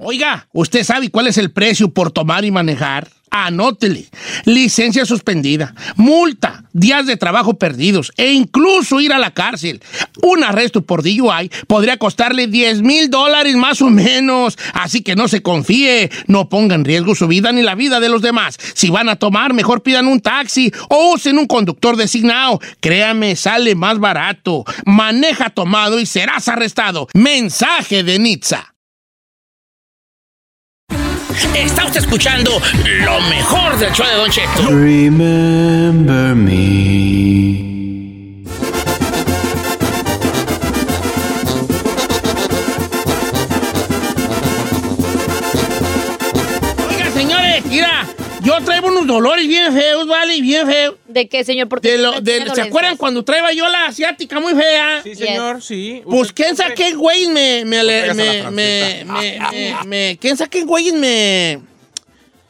Speaker 2: Oiga, ¿usted sabe cuál es el precio por tomar y manejar? Anótele. Licencia suspendida, multa, días de trabajo perdidos e incluso ir a la cárcel. Un arresto por DUI podría costarle 10 mil dólares más o menos. Así que no se confíe. No ponga en riesgo su vida ni la vida de los demás. Si van a tomar, mejor pidan un taxi o usen un conductor designado. Créame, sale más barato. Maneja tomado y serás arrestado. Mensaje de Nitza. Está usted escuchando lo mejor del show de Don Cheto.
Speaker 8: Remember me.
Speaker 2: Oiga, señores, mira, yo traigo unos dolores bien feos, ¿vale? Bien feos.
Speaker 4: ¿De qué, señor? Porque
Speaker 2: De lo,
Speaker 4: tiene
Speaker 2: de- ¿Se
Speaker 4: dolencias.
Speaker 2: acuerdan cuando traía yo la asiática muy fea?
Speaker 3: Sí,
Speaker 4: Yes.
Speaker 3: señor, sí.
Speaker 2: Pues
Speaker 3: Usted-
Speaker 2: quién sabe qué güey me, me, le-
Speaker 5: pegas a
Speaker 2: me,
Speaker 5: la
Speaker 2: me, me,
Speaker 5: francesa.
Speaker 2: me, me- quién sabe qué güey me,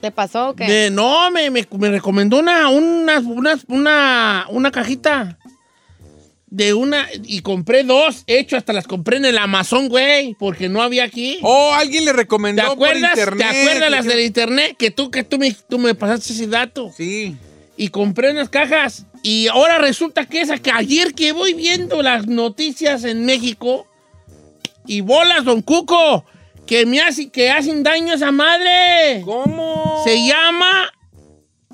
Speaker 4: ¿Le pasó o qué?
Speaker 2: me- no, me, me, me recomendó una, una, una, una, una cajita de una, y compré dos, hecho hasta las compré en el Amazon, güey, porque no había aquí.
Speaker 5: Oh, alguien le
Speaker 2: ¿Te
Speaker 5: recomendó
Speaker 2: acuerdas?
Speaker 5: por internet.
Speaker 2: ¿Te acuerdas las del internet? Que tú, que tú me, tú me pasaste ese dato.
Speaker 5: Sí.
Speaker 2: Y compré unas cajas. Y ahora resulta que esa que ayer que voy viendo las noticias en México. Y bolas, don Cuco. Que me hace, que hacen daño a esa madre.
Speaker 3: ¿Cómo?
Speaker 2: Se llama.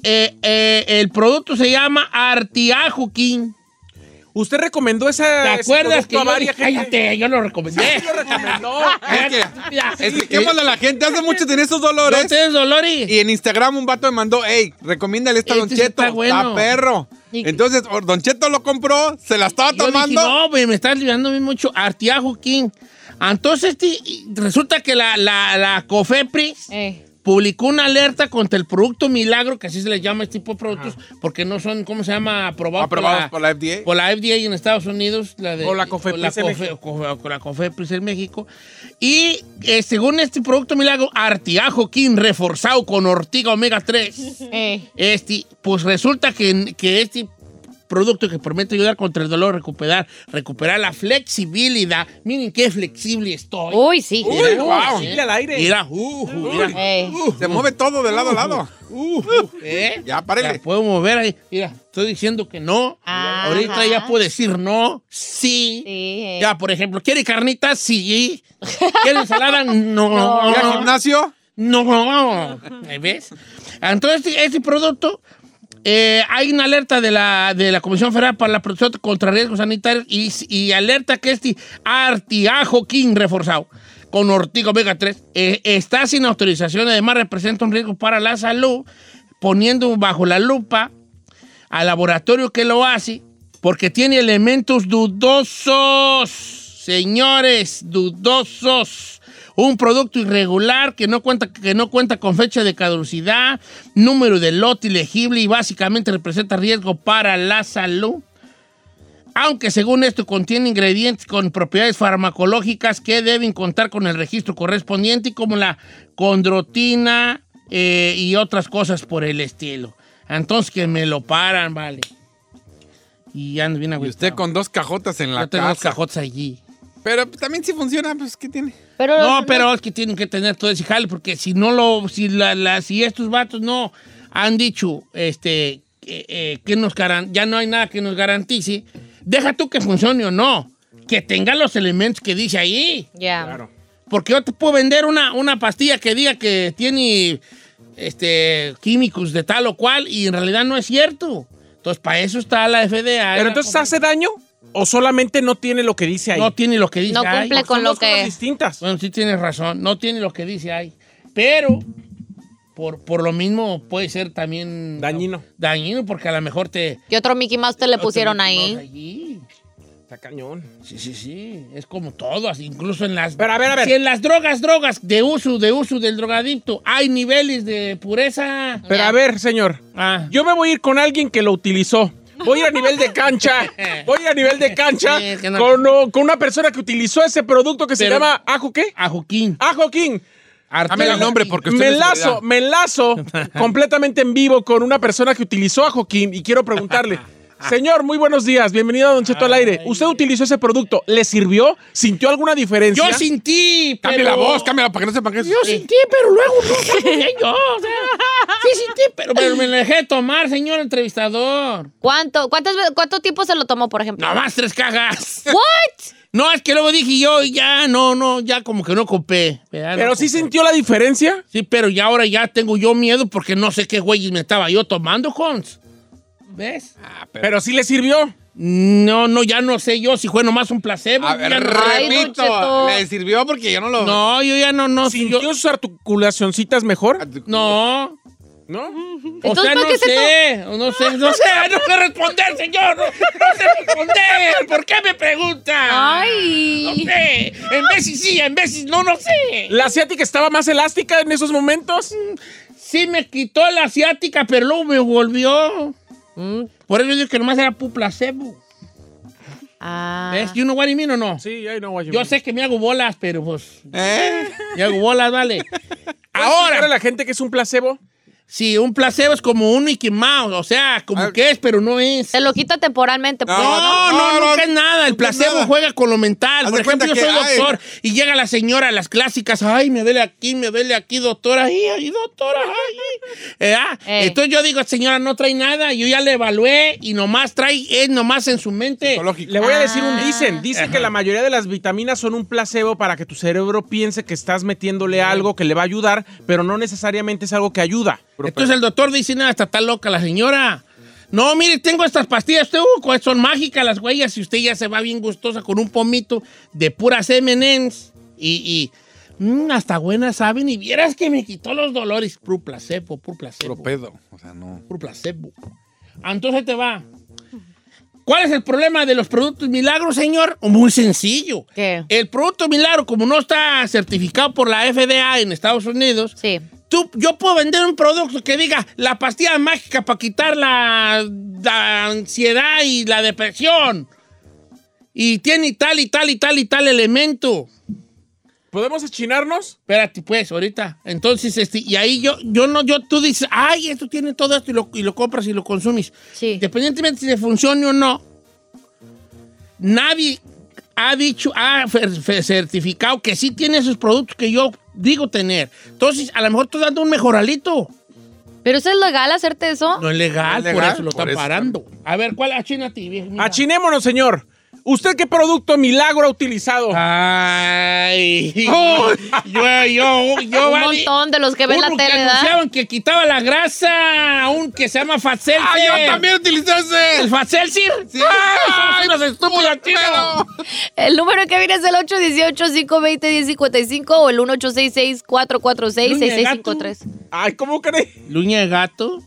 Speaker 2: eh, eh, el producto se llama Artiajuquín.
Speaker 3: Usted recomendó esa.
Speaker 2: ¿Te
Speaker 3: ese
Speaker 2: acuerdas
Speaker 3: producto
Speaker 2: que yo,
Speaker 3: a varias gente?
Speaker 2: cállate, yo lo recomendé?
Speaker 3: Lo recomendó.
Speaker 2: Mira,
Speaker 5: Expliquémosle a la gente. Hace mucho tenía esos
Speaker 2: no
Speaker 5: dolores.
Speaker 2: tienes dolores.
Speaker 5: Y en Instagram un vato me mandó, hey, recomiéndale esta
Speaker 2: Este
Speaker 5: Don
Speaker 2: sí
Speaker 5: Cheto,
Speaker 2: está bueno.
Speaker 5: está perro.
Speaker 4: Y-
Speaker 5: Entonces, o- Don Cheto lo compró, se la estaba
Speaker 2: Yo dije,
Speaker 5: tomando.
Speaker 2: no, güey, me está ayudando bien mucho. Artiajo King. Entonces, ti- y resulta que la, la, la COFEPRIS
Speaker 4: Eh.
Speaker 2: publicó una alerta contra el producto milagro, que así se les llama este tipo de productos, porque no son, ¿cómo se llama? Aprobados,
Speaker 5: Aprobados por la FDA.
Speaker 2: Por la FDA en Estados Unidos. La de,
Speaker 3: O la COFEPRIS
Speaker 2: la
Speaker 3: en México.
Speaker 2: Cofe- con la COFEPRIS en México. Y eh, según este producto milagro, Artiajo King reforzado con ortiga omega 3.
Speaker 4: Eh.
Speaker 2: Este, pues resulta que, que este producto que promete ayudar contra el dolor, recuperar, recuperar la flexibilidad. Miren qué flexible estoy.
Speaker 4: Uy, sí.
Speaker 3: Uy,
Speaker 2: Mira,
Speaker 3: wow.
Speaker 2: ¿eh?
Speaker 3: Mira al aire.
Speaker 2: Mira, uh, uh, mira.
Speaker 4: Eh.
Speaker 5: Se mueve todo de lado a lado.
Speaker 2: Uh, uh, ¿eh?
Speaker 5: Ya, párele.
Speaker 2: La puedo mover ahí. Mira, estoy diciendo que no.
Speaker 4: Ajá.
Speaker 2: Ahorita ya puedo decir no, sí.
Speaker 4: Sí, eh.
Speaker 2: Ya, por ejemplo, ¿quiere carnitas? Sí. ¿Quiere ensalada? No.
Speaker 5: Ir al gimnasio.
Speaker 2: No, ¿me ¿ves? Entonces, este, este producto, eh, hay una alerta de la, de la Comisión Federal para la Protección contra Riesgos Sanitarios y, y alerta que este artiajo king reforzado con ortigo omega 3 eh, está sin autorización, además representa un riesgo para la salud, poniendo bajo la lupa al laboratorio que lo hace porque tiene elementos dudosos, señores, dudosos. Un producto irregular que no, cuenta, que no cuenta con fecha de caducidad, número de lote ilegible y básicamente representa riesgo para la salud. Aunque según esto contiene ingredientes con propiedades farmacológicas que deben contar con el registro correspondiente, como la condrotina eh, y otras cosas por el estilo. Entonces que me lo paran, vale. Y ando bien
Speaker 5: Y
Speaker 2: agüitado.
Speaker 5: usted con dos cajotas en la
Speaker 2: Yo tengo dos
Speaker 5: casa.
Speaker 2: cajotas allí.
Speaker 5: Pero pues, también si funciona, pues ¿qué tiene?
Speaker 4: Pero
Speaker 2: No, pero es que tienen que tener todo ese jale, porque si no lo, si, la, la- si estos vatos no han dicho, este, que, eh, que nos garan- ya no hay nada que nos garantice, deja tú que funcione o no, que tenga los elementos que dice ahí,
Speaker 4: Ya.
Speaker 2: porque yo te puedo vender una, una pastilla que diga que tiene, este, químicos de tal o cual, y en realidad no es cierto. Entonces, para eso está la FDA.
Speaker 3: Pero
Speaker 2: la
Speaker 3: entonces hace daño o solamente no tiene lo que dice ahí.
Speaker 2: No tiene lo que dice
Speaker 4: No
Speaker 2: ahí.
Speaker 4: cumple
Speaker 3: Son
Speaker 4: con lo
Speaker 3: dos cosas
Speaker 4: que.
Speaker 3: distintas.
Speaker 2: Bueno, sí tienes razón. No tiene lo que dice ahí. Pero, por, por lo mismo, puede ser también...
Speaker 3: Dañino.
Speaker 2: Dañino, porque a lo mejor te...
Speaker 4: ¿Qué otro Mickey Mouse te le pusieron
Speaker 2: te-
Speaker 4: ahí?
Speaker 2: allí.
Speaker 3: Está cañón.
Speaker 2: Sí, sí, sí. Es como todo, así, incluso en las...
Speaker 3: Pero a ver, a ver.
Speaker 2: Si en las drogas, drogas de uso, de uso del drogadicto, hay niveles de pureza...
Speaker 3: Pero
Speaker 4: Ya.
Speaker 3: a ver, señor.
Speaker 2: Ah.
Speaker 3: Yo me voy a ir con alguien que lo utilizó. Voy a ir a nivel de cancha. Voy a ir a nivel de cancha
Speaker 2: Sí, es que no-
Speaker 3: con, oh, con una persona que utilizó ese producto que se
Speaker 2: Pero-
Speaker 3: llama ajo qué?
Speaker 2: A Joaquín.
Speaker 3: Ajo King.
Speaker 5: Ah, Dame el nombre porque usted
Speaker 3: me
Speaker 5: no es
Speaker 3: enlazo,
Speaker 5: seguridad.
Speaker 3: me enlazo completamente en vivo con una persona que utilizó a Joaquín y quiero preguntarle. Señor, muy buenos días. Bienvenido a Don Cheto al aire. ¿Usted utilizó ese producto? ¿Le sirvió? ¿Sintió alguna diferencia?
Speaker 2: Yo sin ti, pero...
Speaker 5: Cambia la voz, cámbiala para que no sepan qué es.
Speaker 2: Yo sentí, pero luego no sabía yo. O sea, sí sentí, pero, pero me lo dejé tomar, señor entrevistador.
Speaker 4: ¿Cuánto, cuántas, ve- ¿Cuánto tiempo se lo tomó, por ejemplo?
Speaker 2: Nada más tres cajas.
Speaker 4: ¿What?
Speaker 2: No, es que luego dije yo, ya, no, no, ya como que no copé. ¿verdad? No
Speaker 3: ¿Pero sí
Speaker 2: copé.
Speaker 3: sintió la diferencia?
Speaker 2: Sí, pero ya ahora ya tengo yo miedo porque no sé qué güeyes me estaba yo tomando, Cons. ¿Ves?
Speaker 5: Ah,
Speaker 3: ¿Pero sí le sirvió?
Speaker 2: No, no, ya no sé yo si fue nomás un placebo.
Speaker 5: A
Speaker 2: yo
Speaker 5: ver,
Speaker 2: ya no-
Speaker 4: Ay, Don
Speaker 5: repito,
Speaker 4: Cheto.
Speaker 5: le sirvió porque yo no lo...
Speaker 2: no, yo ya no, no.
Speaker 3: ¿Sintió
Speaker 2: yo-
Speaker 3: sus articulacioncitas mejor?
Speaker 2: no.
Speaker 3: ¿No?
Speaker 2: O sea,
Speaker 4: Entonces, ¿para
Speaker 2: no
Speaker 4: qué se
Speaker 2: sé, no sé, no sé, no sé responder, señor, no, no sé responder, ¿por qué me pregunta? Ah, No
Speaker 4: Ay.
Speaker 2: sé, en veces sí, en veces no, no sé.
Speaker 3: ¿La asiática estaba más elástica en esos momentos?
Speaker 2: Sí me quitó la asiática, pero luego me volvió. Mm. Por eso digo que nomás era pu placebo.
Speaker 4: Ah.
Speaker 2: ¿Ves? You know what I mean o no?
Speaker 3: Sí, ahí no,
Speaker 2: Yo sé que me hago bolas, pero pues,
Speaker 5: ¿Eh?
Speaker 2: me hago bolas, vale.
Speaker 3: Ahora
Speaker 2: Ahora,
Speaker 3: la gente que es un placebo.
Speaker 2: sí, un placebo es como un Mickey Mouse, o sea, como
Speaker 5: Ah.
Speaker 2: que es, pero no es.
Speaker 4: Se lo quita temporalmente. pues.
Speaker 2: No, no,
Speaker 5: No, no,
Speaker 2: nunca es nada. El
Speaker 5: nunca es
Speaker 2: placebo
Speaker 5: nada.
Speaker 2: juega con lo mental.
Speaker 5: Haz
Speaker 2: Por
Speaker 5: de
Speaker 2: ejemplo, yo
Speaker 5: cuenta
Speaker 2: soy
Speaker 5: que, ay.
Speaker 2: doctor y llega la señora, las clásicas, ay, me duele aquí, me duele aquí, doctora, ay, ay, doctora, ay. Eh, ah,
Speaker 4: Ey.
Speaker 2: Entonces yo digo, señora, no trae nada, yo ya le evalué y nomás trae, es nomás en su mente.
Speaker 5: Psicológico.
Speaker 3: Le voy a decir un dicen. Dicen que la mayoría de las vitaminas son un placebo para que tu cerebro piense que estás metiéndole algo que le va a ayudar, pero no necesariamente es algo que ayuda.
Speaker 2: Entonces el doctor dice, nada, está tan loca la señora. No, mire, tengo estas pastillas, usted, uh, cuáles son mágicas las huellas y usted ya se va bien gustosa con un pomito de puras M&M's y, y, mm, hasta buenas saben y vieras que me quitó los dolores. Pur placebo, pur placebo,
Speaker 5: Puro pedo, o sea, no.
Speaker 2: pur placebo. Entonces te va. ¿Cuál es el problema de los productos milagros, señor? Muy sencillo.
Speaker 4: ¿Qué?
Speaker 2: El producto milagro, como no está certificado por la FDA en Estados Unidos,
Speaker 4: Sí.
Speaker 2: Tú, yo puedo vender un producto que diga la pastilla mágica para quitar la, la ansiedad y la depresión. Y tiene tal y tal y tal y tal elemento.
Speaker 3: ¿Podemos achinarnos?
Speaker 2: Espérate, pues, ahorita. Entonces, este, y ahí yo, yo no, yo, tú dices, ay, esto tiene todo esto y lo, y lo compras y lo consumes.
Speaker 4: Sí.
Speaker 2: Independientemente si le funcione o no, nadie ha dicho, ha fer- fer- certificado que sí tiene esos productos que yo digo tener. Entonces, a lo mejor tú dando un mejoralito.
Speaker 4: ¿Pero eso es legal hacerte eso?
Speaker 2: No es legal,
Speaker 5: No es
Speaker 2: por
Speaker 5: legal,
Speaker 2: eso lo
Speaker 5: por
Speaker 2: están
Speaker 5: eso
Speaker 2: parando. A ver, ¿cuál achina ti? vieja? Mira.
Speaker 3: Achinémonos, señor. ¿Usted qué producto milagro ha utilizado?
Speaker 2: Ah. Ay, yo, yo, yo,
Speaker 4: Un
Speaker 2: vale.
Speaker 4: montón de los que ven la
Speaker 2: Uno
Speaker 4: tele,
Speaker 2: que
Speaker 4: ¿verdad?
Speaker 2: anunciaban que quitaba la grasa, un que se llama Facel.
Speaker 5: ¡Ah, yo también utilicé
Speaker 2: ¿El
Speaker 5: ese!
Speaker 2: Facel, sí? Ah,
Speaker 5: Sí.
Speaker 2: ¡Ay, unos estúpidos
Speaker 5: Pero-
Speaker 2: chinos!
Speaker 4: El número que viene es el 818-520-1055 o el 1866-446-6653.
Speaker 3: Ay, ¿cómo cree?
Speaker 2: ¿Luña de gato?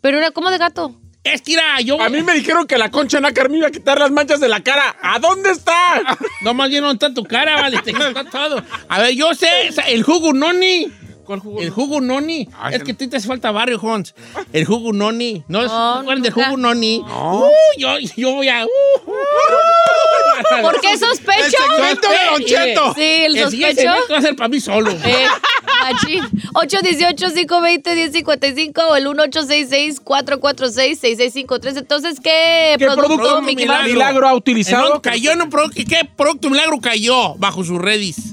Speaker 4: Pero una, ¿cómo de gato?
Speaker 2: Es que mira, yo...
Speaker 3: A mí me dijeron que la concha nácar me iba a quitar las manchas de la cara. ¿A dónde está?
Speaker 2: No, más bien no está tu cara, vale, te está todo. A ver, yo sé, el jugo noni.
Speaker 3: ¿Cuál jugo?
Speaker 2: El jugo noni.
Speaker 5: Ay,
Speaker 2: es que a ti te hace falta barrio, Hons. El jugo noni. ¿No,
Speaker 4: No,
Speaker 2: ¿se acuerdan del
Speaker 4: nunca.
Speaker 2: jugo noni?
Speaker 5: No.
Speaker 2: Uh, yo, yo voy a... Uh,
Speaker 4: ¿Por qué
Speaker 5: ¡El
Speaker 4: sospecho?
Speaker 5: segmento de Don Cheto!
Speaker 4: Sí, el
Speaker 2: siguiente
Speaker 4: sospecho.
Speaker 2: segmento va a ser para mí solo.
Speaker 4: Eh, Machín. 818-520-1055 o el 1866-446-6653. Entonces, ¿qué,
Speaker 3: ¿Qué producto,
Speaker 4: Mickey
Speaker 3: milagro?
Speaker 4: Mouse?
Speaker 3: Milagro ha
Speaker 2: ¿En
Speaker 3: utilizado.
Speaker 2: dónde cayó? No, pro- ¿Qué producto milagro cayó bajo sus redes?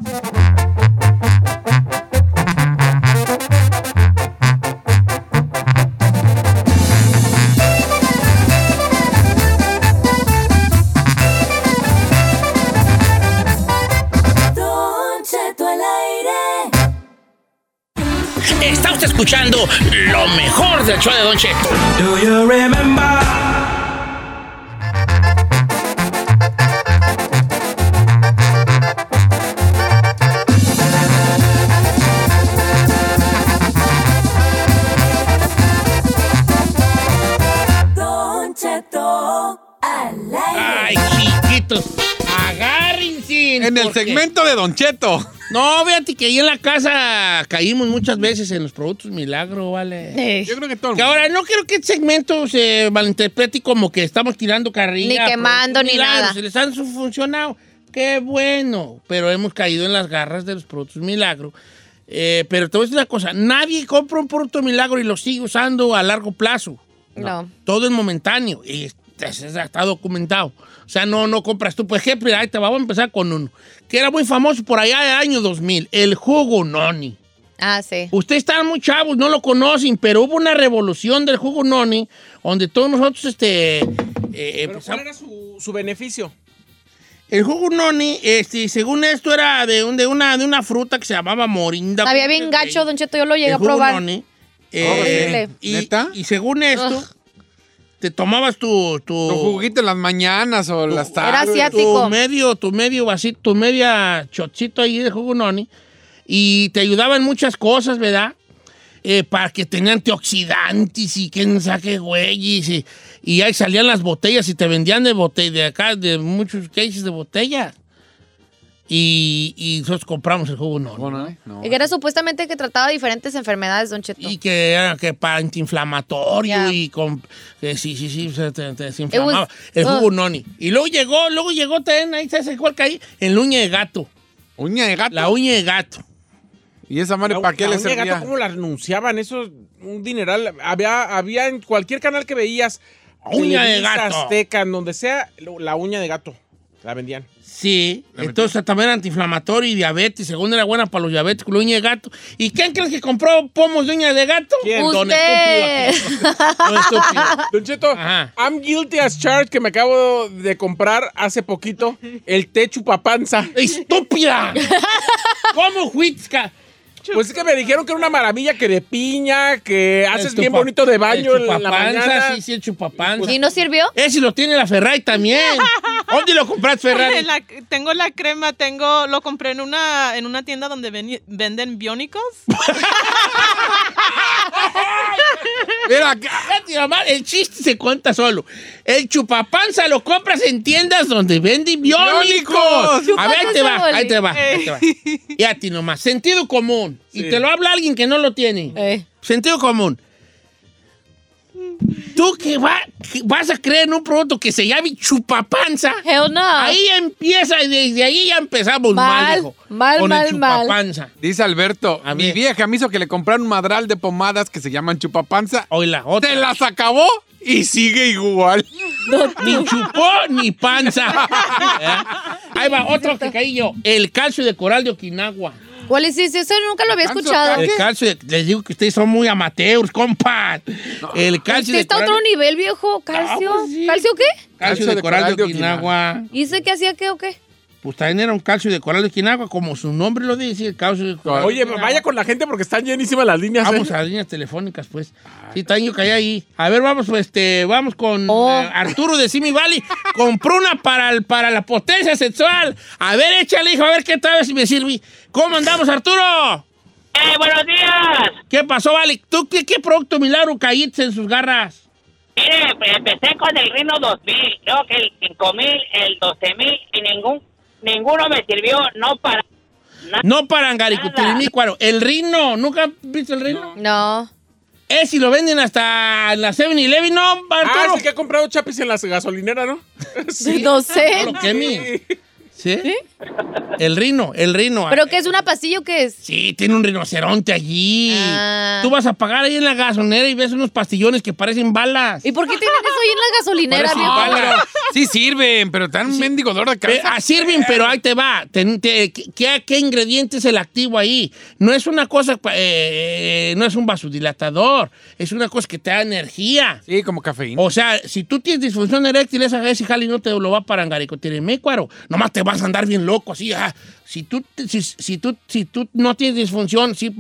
Speaker 7: Don Cheto al aire.
Speaker 2: Está usted escuchando lo mejor del show de Don Cheto.
Speaker 8: Do you remember?
Speaker 7: Don Cheto al
Speaker 2: Ay,
Speaker 7: aire.
Speaker 2: chiquitos. Agárrense.
Speaker 5: En el
Speaker 2: porque-
Speaker 5: segmento de Don Cheto.
Speaker 2: No, fíjate que ahí en la casa caímos muchas veces en los productos milagro, vale.
Speaker 4: Eh,
Speaker 5: Yo creo que todo el
Speaker 2: Que ahora no quiero que este segmento se malinterprete como que estamos tirando carrilla.
Speaker 4: Ni
Speaker 2: a
Speaker 4: quemando,
Speaker 2: productos
Speaker 4: ni
Speaker 2: milagros.
Speaker 4: nada.
Speaker 2: Se les han su- funcionado. Qué bueno. Pero hemos caído en las garras de los productos milagro. Eh, pero te voy a decir una cosa. Nadie compra un producto milagro y lo sigue usando a largo plazo.
Speaker 4: no.
Speaker 2: Todo es momentáneo y este- este está documentado. O sea, no, no compras tú. Por ejemplo, ahí te vamos a empezar con uno que era muy famoso por allá del año 2000, el jugo noni.
Speaker 4: Ah, sí.
Speaker 2: Ustedes están muy chavos, no lo conocen, pero hubo una revolución del jugo noni donde todos nosotros este, eh,
Speaker 3: Pero ¿cuál
Speaker 2: empezamos.
Speaker 3: era su, su beneficio?
Speaker 2: El jugo noni, este, según esto, era de, un- de, una, de una fruta que se llamaba morinda.
Speaker 4: Sabía bien gacho, Don Cheto. Yo lo llegué
Speaker 2: el
Speaker 4: a
Speaker 2: jugo
Speaker 4: probar.
Speaker 2: noni,
Speaker 4: Horrible.
Speaker 2: eh, y,
Speaker 5: ¿Neta?
Speaker 2: y según esto, te tomabas tu... tu-
Speaker 5: Tu juguito en las mañanas o las tardes.
Speaker 4: Era asiático.
Speaker 2: Tu medio, tu medio vasito, tu media chocito ahí de jugo noni. Y te ayudaba en muchas cosas, ¿verdad? Eh, para que tenía antioxidantes y quién sabe qué güeyes. Y, y ahí salían las botellas y te vendían de botella, de acá, de muchos cases de botellas. Y, y nosotros compramos el jugo noni.
Speaker 5: Bueno, ¿eh? No.
Speaker 4: Y que era supuestamente que trataba diferentes enfermedades, Don Cheto.
Speaker 2: Y que era que para antiinflamatorio
Speaker 4: Ya.
Speaker 2: y con. que sí, sí, sí, se te, te desinflamaba.
Speaker 4: It was-
Speaker 2: el jugo
Speaker 4: ugh.
Speaker 2: noni. Y luego llegó, luego llegó también, ahí se hace cuál ahí, el uña de gato.
Speaker 5: Uña de gato.
Speaker 2: La uña de gato.
Speaker 5: ¿Y esa madre
Speaker 3: La-
Speaker 5: para qué
Speaker 3: la
Speaker 5: le
Speaker 3: uña de
Speaker 5: servía?
Speaker 3: gato, ¿Cómo la renunciaban? Eso es un dineral. Había, había en cualquier canal que veías.
Speaker 2: Uña de
Speaker 3: Televisa,
Speaker 2: gato.
Speaker 3: Azteca, en donde sea, lo- la uña de gato. La vendían.
Speaker 2: Sí, entonces también era antiinflamatorio y diabetes. Según era buena para los diabéticos, la uña de gato. ¿Y quién crees que compró pomos de uña de gato?
Speaker 3: ¿Quién?
Speaker 2: Don
Speaker 4: Usted.
Speaker 2: estúpido. Don estúpido.
Speaker 3: Don Cheto,
Speaker 2: Ah. Ajá.
Speaker 3: I'm guilty as charged que me acabo de comprar hace poquito el té chupapanza.
Speaker 2: ¡Estúpida! ¿Cómo Huitzca?
Speaker 3: Pues es que me dijeron que era una maravilla, que de piña, que haces
Speaker 2: El
Speaker 3: bien
Speaker 2: chupa-
Speaker 3: bonito de baño
Speaker 2: el
Speaker 3: en la
Speaker 2: chupapanza,
Speaker 3: mañana.
Speaker 2: Sí, sí, el chupapanza.
Speaker 4: ¿Y no sirvió?
Speaker 2: Ese Eh, lo tiene la Ferrari también. ¿Dónde lo compraste, Ferrari?
Speaker 9: La- tengo la crema, tengo, lo compré en una, en una tienda donde ven- venden biónicos.
Speaker 5: Mira, acá.
Speaker 2: Ya te iba mal, El chiste se cuenta solo. El chupapanza lo compras en tiendas donde venden biónicos.
Speaker 5: Biónicos.
Speaker 2: A ver, ahí te va, ahí te va, ahí
Speaker 9: Eh.
Speaker 2: te va. Y a ti nomás. Sentido común. Y te lo habla alguien que no lo tiene.
Speaker 4: Eh.
Speaker 2: Sentido común. Tú que, va- que vas a creer en un producto que se llame chupapanza.
Speaker 4: Hell no.
Speaker 2: Ahí empieza y desde ahí ya empezamos mal,
Speaker 4: Mal,
Speaker 2: hijo,
Speaker 4: mal,
Speaker 2: con el
Speaker 4: mal, mal.
Speaker 2: chupapanza.
Speaker 5: Dice Alberto,
Speaker 2: A
Speaker 5: mi
Speaker 2: ver.
Speaker 5: vieja me hizo que le comprara un madral de pomadas que se llaman chupapanza.
Speaker 2: Hoy la otra.
Speaker 5: Te las acabó y sigue igual.
Speaker 2: ni chupó ni panza. ¿Eh? Ahí va otro que caí yo. El calcio de coral de Okinawa.
Speaker 4: ¿Cuál es ese? Eso nunca lo había
Speaker 5: Canso,
Speaker 4: escuchado.
Speaker 5: ¿qué?
Speaker 2: El calcio de- les digo que ustedes son muy amateurs, compa. El calcio
Speaker 4: Usted
Speaker 2: de
Speaker 4: está a
Speaker 2: coral,
Speaker 4: otro nivel, viejo. ¿Calcio?
Speaker 2: Ah, pues sí.
Speaker 4: ¿Calcio qué?
Speaker 2: calcio de coral de Okinawa.
Speaker 4: ¿Y ese qué hacía qué o qué?
Speaker 2: Pues también era un calcio de coral de Okinawa, como su nombre lo dice, el calcio de coral. de
Speaker 3: Oye,
Speaker 2: Okinawa.
Speaker 3: vaya con la gente porque están llenísimas las líneas.
Speaker 2: Vamos
Speaker 3: ¿eh?
Speaker 2: Ah, a las líneas telefónicas, pues.
Speaker 4: Ah,
Speaker 2: Sí, también yo caí ahí. A ver, vamos, pues, este, vamos con
Speaker 4: Oh.
Speaker 2: eh, Arturo de Simi Valley. Compró una para, el- para la potencia sexual. A ver, échale, hijo, a ver qué tal si me sirve. ¿Cómo andamos, Arturo?
Speaker 10: ¡Eh, buenos días!
Speaker 2: ¿Qué pasó, Vale? ¿Tú qué, qué producto milagro caíste en sus garras?
Speaker 10: Mire, pues, empecé con el Rino 2000, creo que el 5000, el 12000 y ningún ninguno me sirvió, no para
Speaker 2: No para Angaricuturimícuaro. El rino. ¿Nunca has visto el rino?
Speaker 4: No.
Speaker 2: Eh, si lo venden hasta en la 7-Eleven, ¿no,
Speaker 4: Ah,
Speaker 2: Arturo?
Speaker 3: Ah, es el que ha comprado chapis en las gasolineras, ¿no?
Speaker 4: No
Speaker 2: No
Speaker 4: sé.
Speaker 2: lo queme. Sí. ¿Sí? El rino, el rino.
Speaker 4: ¿Pero qué es una pastilla o qué es?
Speaker 2: Sí, tiene un rinoceronte allí. Tú vas a pagar ahí en la gasonera y ves unos pastillones que parecen balas.
Speaker 4: ¿Y por qué tienen eso ahí en la gasolinera,
Speaker 2: Parecen
Speaker 4: viejo?
Speaker 2: balas.
Speaker 5: Sí sirven, pero tan mendigo dolor de
Speaker 2: Pe-
Speaker 5: cabeza.
Speaker 2: ah, sirven, pero ahí te va. Ten- te- ¿qué, qué ingrediente es el activo ahí? No es una cosa, pa- eh, eh, no es un vasodilatador, es una cosa que te da energía.
Speaker 5: Sí, como cafeína.
Speaker 2: O sea, si tú tienes disfunción eréctil, esa vez y jali no te lo va a parangar y cuaro. Nomás te vas a andar bien loco así. ah. Si, tú, te- si, si tú, si tú no tienes disfunción, sí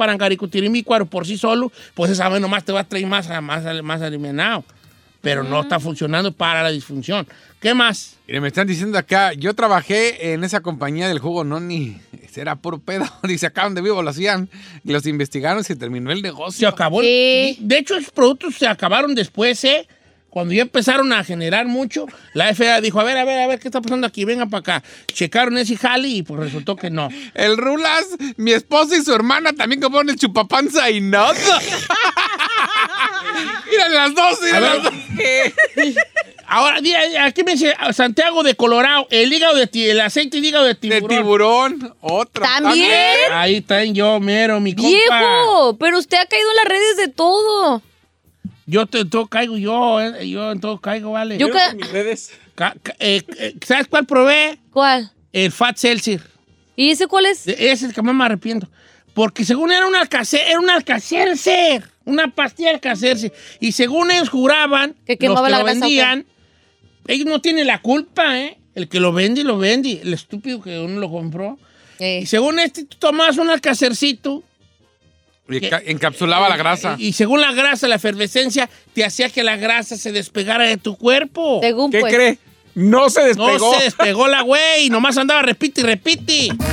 Speaker 2: mi cuaro por sí solo, pues esa vez nomás te va a traer más, más, más alimentado. Pero no está funcionando para la disfunción. ¿Qué más?
Speaker 5: Mire, me están diciendo acá, yo trabajé en esa compañía del jugo Noni. Era puro pedo. Dice, acá donde vivo lo hacían. Y los investigaron y se terminó el
Speaker 2: Se
Speaker 5: negocio.
Speaker 2: acabó.
Speaker 4: Sí.
Speaker 2: De hecho, esos productos se acabaron después, ¿eh? Cuando ya empezaron a generar mucho, la FDA dijo, a ver, a ver, a ver, ¿qué está pasando aquí? Vengan para acá. Checaron ese jale y pues resultó que no.
Speaker 5: El Rulas, mi esposa y su hermana también compraron el chupapanza y nada. Mira las dos, mira
Speaker 2: A ver.
Speaker 5: las dos.
Speaker 2: Ahora, di- aquí me dice ah, Santiago de Colorado, el hígado de ti, el aceite de hígado de
Speaker 5: De
Speaker 2: tiburón.
Speaker 5: tiburón, otra.
Speaker 4: ¿También?
Speaker 2: Ahí está en yo, mero, mi compa.
Speaker 4: ¡Viejo! Pero usted ha caído en las redes de todo.
Speaker 2: Yo te- en todo caigo, yo, eh, yo en todo caigo, vale.
Speaker 4: Yo ca-
Speaker 3: Mis redes.
Speaker 2: Ca- ca- eh, eh, ¿Sabes cuál probé?
Speaker 4: ¿Cuál?
Speaker 2: El Fat Seltzer.
Speaker 4: ¿Y ese cuál es?
Speaker 2: De- Ese es el que más me arrepiento. Porque según era un alcacer, era un alcacercer, una pastilla de alcacercer. Y según ellos juraban,
Speaker 4: Que quemaba
Speaker 2: los que
Speaker 4: la
Speaker 2: lo
Speaker 4: grasa, ¿o qué?
Speaker 2: vendían, ellos no tienen la culpa, ¿eh? El que lo vende, lo vende. El estúpido que uno lo compró.
Speaker 4: Eh,
Speaker 2: Y según este, tú tomabas un alcacercito. eh,
Speaker 5: Y ca- encapsulaba la grasa.
Speaker 2: Y, y según la grasa, la efervescencia, te hacía que la grasa se despegara de tu cuerpo.
Speaker 4: según
Speaker 3: ¿Qué
Speaker 4: pues.
Speaker 3: cree? No se
Speaker 2: No
Speaker 3: despegó.
Speaker 2: se despegó la güey, nomás andaba repite y repite.